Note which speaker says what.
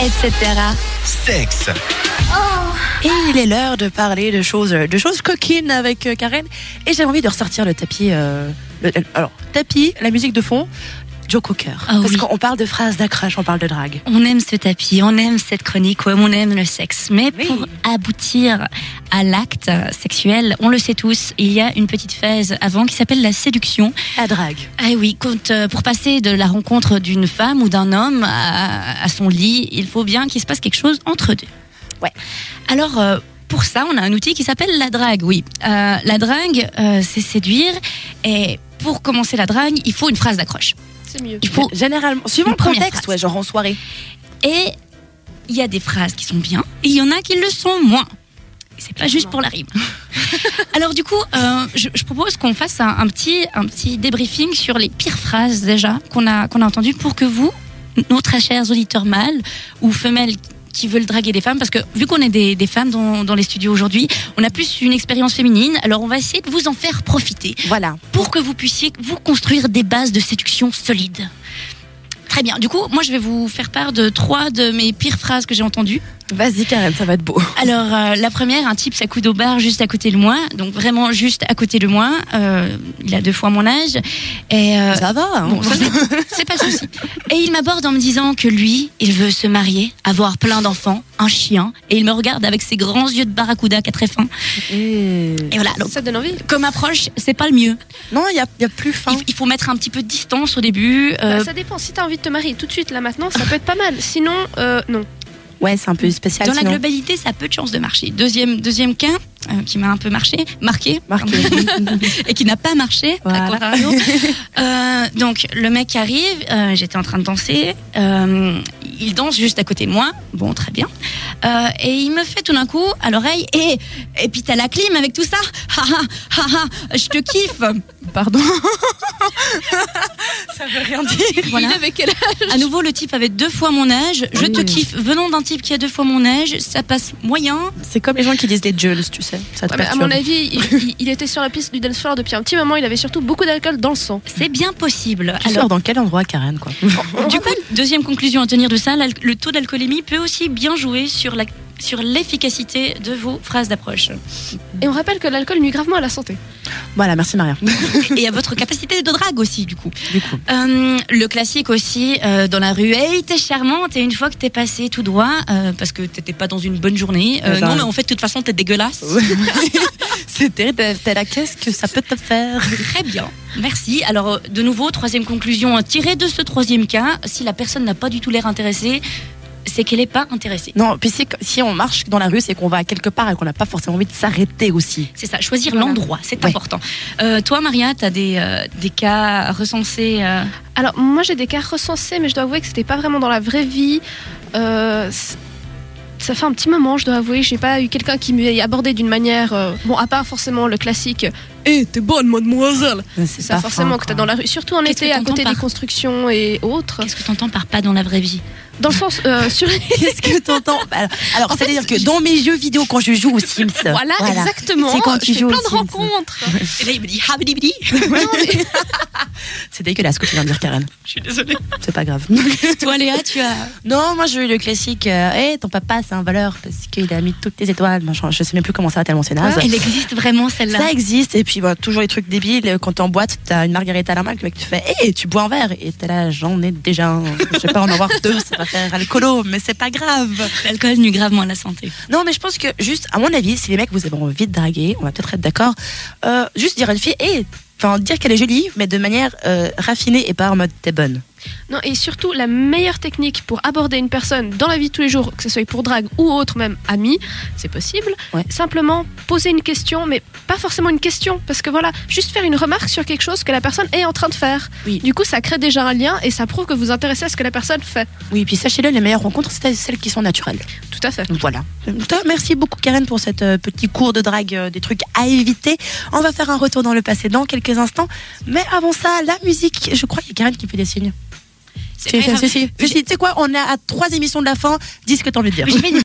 Speaker 1: etc.
Speaker 2: Sexe.
Speaker 1: Et il est l'heure de parler de choses, de choses coquines avec euh, Karen. Et j'ai envie de ressortir le tapis. euh, le- le- alors, tapis, la musique de fond, Joe Cocker.
Speaker 3: Ah
Speaker 1: Parce
Speaker 3: oui.
Speaker 1: qu'on parle de phrases d'accroche, on parle de drague.
Speaker 3: On aime ce tapis, on aime cette chronique, ouais, on aime le sexe. Mais
Speaker 1: Oui.
Speaker 3: pour aboutir à l'acte sexuel, on le sait tous, il y a une petite phase avant qui s'appelle la séduction.
Speaker 1: La drague.
Speaker 3: Ah oui, quand, euh, pour passer de la rencontre d'une femme ou d'un homme à, à son lit, il faut bien qu'il se passe quelque chose entre deux. Ouais. Alors, euh, pour ça, on a un outil qui s'appelle la drague, oui. Euh, la drague, euh, c'est séduire. Et pour commencer la drague, il faut une phrase d'accroche.
Speaker 1: C'est mieux.
Speaker 3: Il faut
Speaker 1: Généralement, suivant
Speaker 3: Une
Speaker 1: le
Speaker 3: première
Speaker 1: contexte,
Speaker 3: phrase.
Speaker 1: ouais, genre en soirée.
Speaker 3: Et il y a des phrases qui sont bien, et il y en a qui le sont moins. Et C'est pas juste pour la rime. Alors du coup, euh, je, je propose qu'on fasse un, un petit, un petit débriefing sur les pires phrases déjà qu'on a, qu'on a entendues pour que vous, nos très chers auditeurs mâles ou femelles qui veulent draguer des femmes, parce que vu qu'on est des, des femmes dans, dans les studios aujourd'hui, on a plus une expérience féminine, alors on va essayer de vous en faire profiter
Speaker 1: Voilà.
Speaker 3: pour que vous puissiez vous construire des bases de séduction solides. Très bien. Du coup, moi, je vais vous faire part de trois de mes pires phrases que j'ai entendues.
Speaker 1: Vas-y, Karen, ça va être beau.
Speaker 3: Alors, euh, la première, un type s'accoude au bar juste à côté de moi, donc vraiment juste à côté de moi. Euh, il a deux fois mon âge. Et euh,
Speaker 1: ça va. hein.
Speaker 3: bon, ça, c'est- c'est pas le souci. Et il m'aborde en me disant que lui, il veut se marier, avoir plein d'enfants, un chien, et il me regarde avec ses grands yeux de barracuda qui a très fin.
Speaker 1: Et-
Speaker 3: Et voilà. Donc,
Speaker 4: Ça donne envie.
Speaker 3: comme approche, c'est pas le mieux.
Speaker 1: Non, il n'y a, il y a plus faim.
Speaker 3: Il, il faut mettre un petit peu de distance au début. euh,
Speaker 4: Bah, ça dépend. Si t'as envie de te marier tout de suite, là maintenant, ça peut être pas mal. Sinon, euh, non.
Speaker 1: Ouais, c'est un peu spécial.
Speaker 3: Dans la
Speaker 1: sinon.
Speaker 3: globalité, ça a peu de chances de marcher. Deuxième, deuxième cas, euh, qui m'a un peu marché, marqué,
Speaker 1: Marqué.
Speaker 3: pardon, et qui n'a pas marché, à
Speaker 1: Voilà.
Speaker 3: contrario. Euh, donc, le mec arrive, euh, j'étais en train de danser, euh, il danse juste à côté de moi, bon, très bien. Euh, et il me fait tout d'un coup à l'oreille, et, et puis t'as la clim avec tout ça, ha ha, ha ha, je te kiffe.
Speaker 1: Pardon. ça veut rien dire.
Speaker 3: Voilà.
Speaker 4: Il avait quel âge
Speaker 3: À nouveau, le type avait deux fois mon âge, je te
Speaker 1: Oui.
Speaker 3: kiffe, venant d'un type qui a deux fois mon âge, ça passe moyen.
Speaker 1: C'est comme les gens qui disent les jeunes, tu sais. Ça te
Speaker 4: Ouais, mais À
Speaker 1: perturbe.
Speaker 4: mon avis, il, il- il était sur la piste du dance floor depuis un petit moment. Il avait surtout beaucoup d'alcool dans le sang.
Speaker 3: C'est bien possible.
Speaker 1: Tu sors dans quel endroit, Karen, quoi
Speaker 3: Du coup, deuxième conclusion à tenir de ça, l'al- le taux d'alcoolémie peut aussi bien jouer sur la sur l'efficacité de vos phrases d'approche
Speaker 4: Et on rappelle que l'alcool nuit gravement à la santé.
Speaker 1: Voilà, merci Maria.
Speaker 3: et à votre capacité de drague aussi du coup.
Speaker 1: Du coup.
Speaker 3: Euh, le classique aussi euh, dans la rue, hey t'es charmante et une fois que t'es passé tout droit euh, parce que t'étais pas dans une bonne journée, euh,
Speaker 1: Eh ben.
Speaker 3: non mais en fait de toute façon t'es dégueulasse.
Speaker 1: C'est terrible, t'as la caisse que ça peut te faire.
Speaker 3: Très bien, merci. Alors euh, de nouveau troisième conclusion à tirer de ce troisième cas, si la personne n'a pas du tout l'air intéressée, c'est qu'elle est pas intéressée.
Speaker 1: Non, puis c'est que si on marche dans la rue, c'est qu'on va quelque part et qu'on n'a pas forcément envie de s'arrêter aussi.
Speaker 3: C'est ça, choisir
Speaker 4: Voilà.
Speaker 3: l'endroit, c'est
Speaker 1: Ouais.
Speaker 3: important. Euh, toi, Maria, tu as des, euh, des cas recensés euh,
Speaker 4: Alors, moi, j'ai des cas recensés, mais je dois avouer que c'était pas vraiment dans la vraie vie. Euh, c- ça fait un petit moment, je dois avouer. J'ai pas eu quelqu'un qui m'ait abordé d'une manière. euh, bon, à part forcément le classique Eh, t'es bonne, mademoiselle
Speaker 1: C'est
Speaker 4: Ça,
Speaker 1: pas
Speaker 4: forcément,
Speaker 1: fin,
Speaker 4: que t'as
Speaker 1: quoi.
Speaker 4: dans la rue. Surtout en
Speaker 3: Qu'est-ce
Speaker 4: été,
Speaker 3: que
Speaker 4: à
Speaker 3: t'entends
Speaker 4: côté
Speaker 3: par-
Speaker 4: des constructions et autres.
Speaker 3: Qu'est-ce que tu entends par pas dans la vraie vie
Speaker 4: Dans le sens. euh, sur...
Speaker 1: Qu'est-ce que t'entends Alors, alors
Speaker 3: En fait,
Speaker 1: c'est-à-dire que dans mes jeux vidéo, quand je joue aux Sims.
Speaker 4: Voilà, exactement.
Speaker 1: C'est quand tu
Speaker 4: je fais
Speaker 1: joues
Speaker 4: plein
Speaker 1: aux
Speaker 4: de
Speaker 1: Sims.
Speaker 4: rencontres.
Speaker 3: Et là, il me dit ah, Habidibidi
Speaker 1: C'est dégueulasse ce que tu viens de dire, Karen.
Speaker 3: Je suis désolée.
Speaker 1: C'est pas grave.
Speaker 3: toi, Léa, tu as.
Speaker 1: non, moi, j'ai eu le classique. Euh, Hey, ton papa, c'est un valeur parce qu'il a mis toutes tes étoiles. Machin. Je sais même plus comment ça, tellement c'est naze.
Speaker 3: Elle existe vraiment celle-là.
Speaker 1: Ça existe, et puis bah, toujours les trucs débiles. Quand t'es en boîte, t'as une margarita à la main, que le mec tu fais, hé, tu bois un verre. Et t'es là, j'en ai déjà un. Je vais pas en avoir deux, ça va faire alcoolo, mais c'est pas grave.
Speaker 3: L'alcool nuit gravement à la santé.
Speaker 1: Non, mais je pense que, juste, à mon avis, si les mecs vous avez envie de draguer, on va peut-être être, d'accord, euh, juste dire à une fille, hé, enfin, dire qu'elle est jolie, mais de manière euh, raffinée et pas en mode t'es bonne.
Speaker 4: Non, et surtout, la meilleure technique pour aborder une personne dans la vie de tous les jours, que ce soit pour drague ou autre, même ami, c'est possible.
Speaker 1: Ouais.
Speaker 4: Simplement poser une question, mais pas forcément une question, parce que voilà, juste faire une remarque sur quelque chose que la personne est en train de faire.
Speaker 1: Oui.
Speaker 4: Du coup, ça crée déjà un lien et ça prouve que vous vous intéressez à ce que la personne fait.
Speaker 1: Oui, puis sachez-le, les meilleures rencontres, c'est celles qui sont naturelles.
Speaker 4: Tout à fait.
Speaker 1: Donc Voilà. Toi, Merci beaucoup Karen pour cette euh, petit cours de drague, euh, des trucs à éviter. On va faire un retour dans le passé dans quelques instants. Mais avant ça, la musique. Je crois qu'il y a Karen qui fait des signes. Si,
Speaker 3: pas grave.
Speaker 1: hein. si, si, si. Si, si, Tu sais quoi On est à trois émissions de la fin. Dis ce que t'as envie de dire.
Speaker 3: Je vais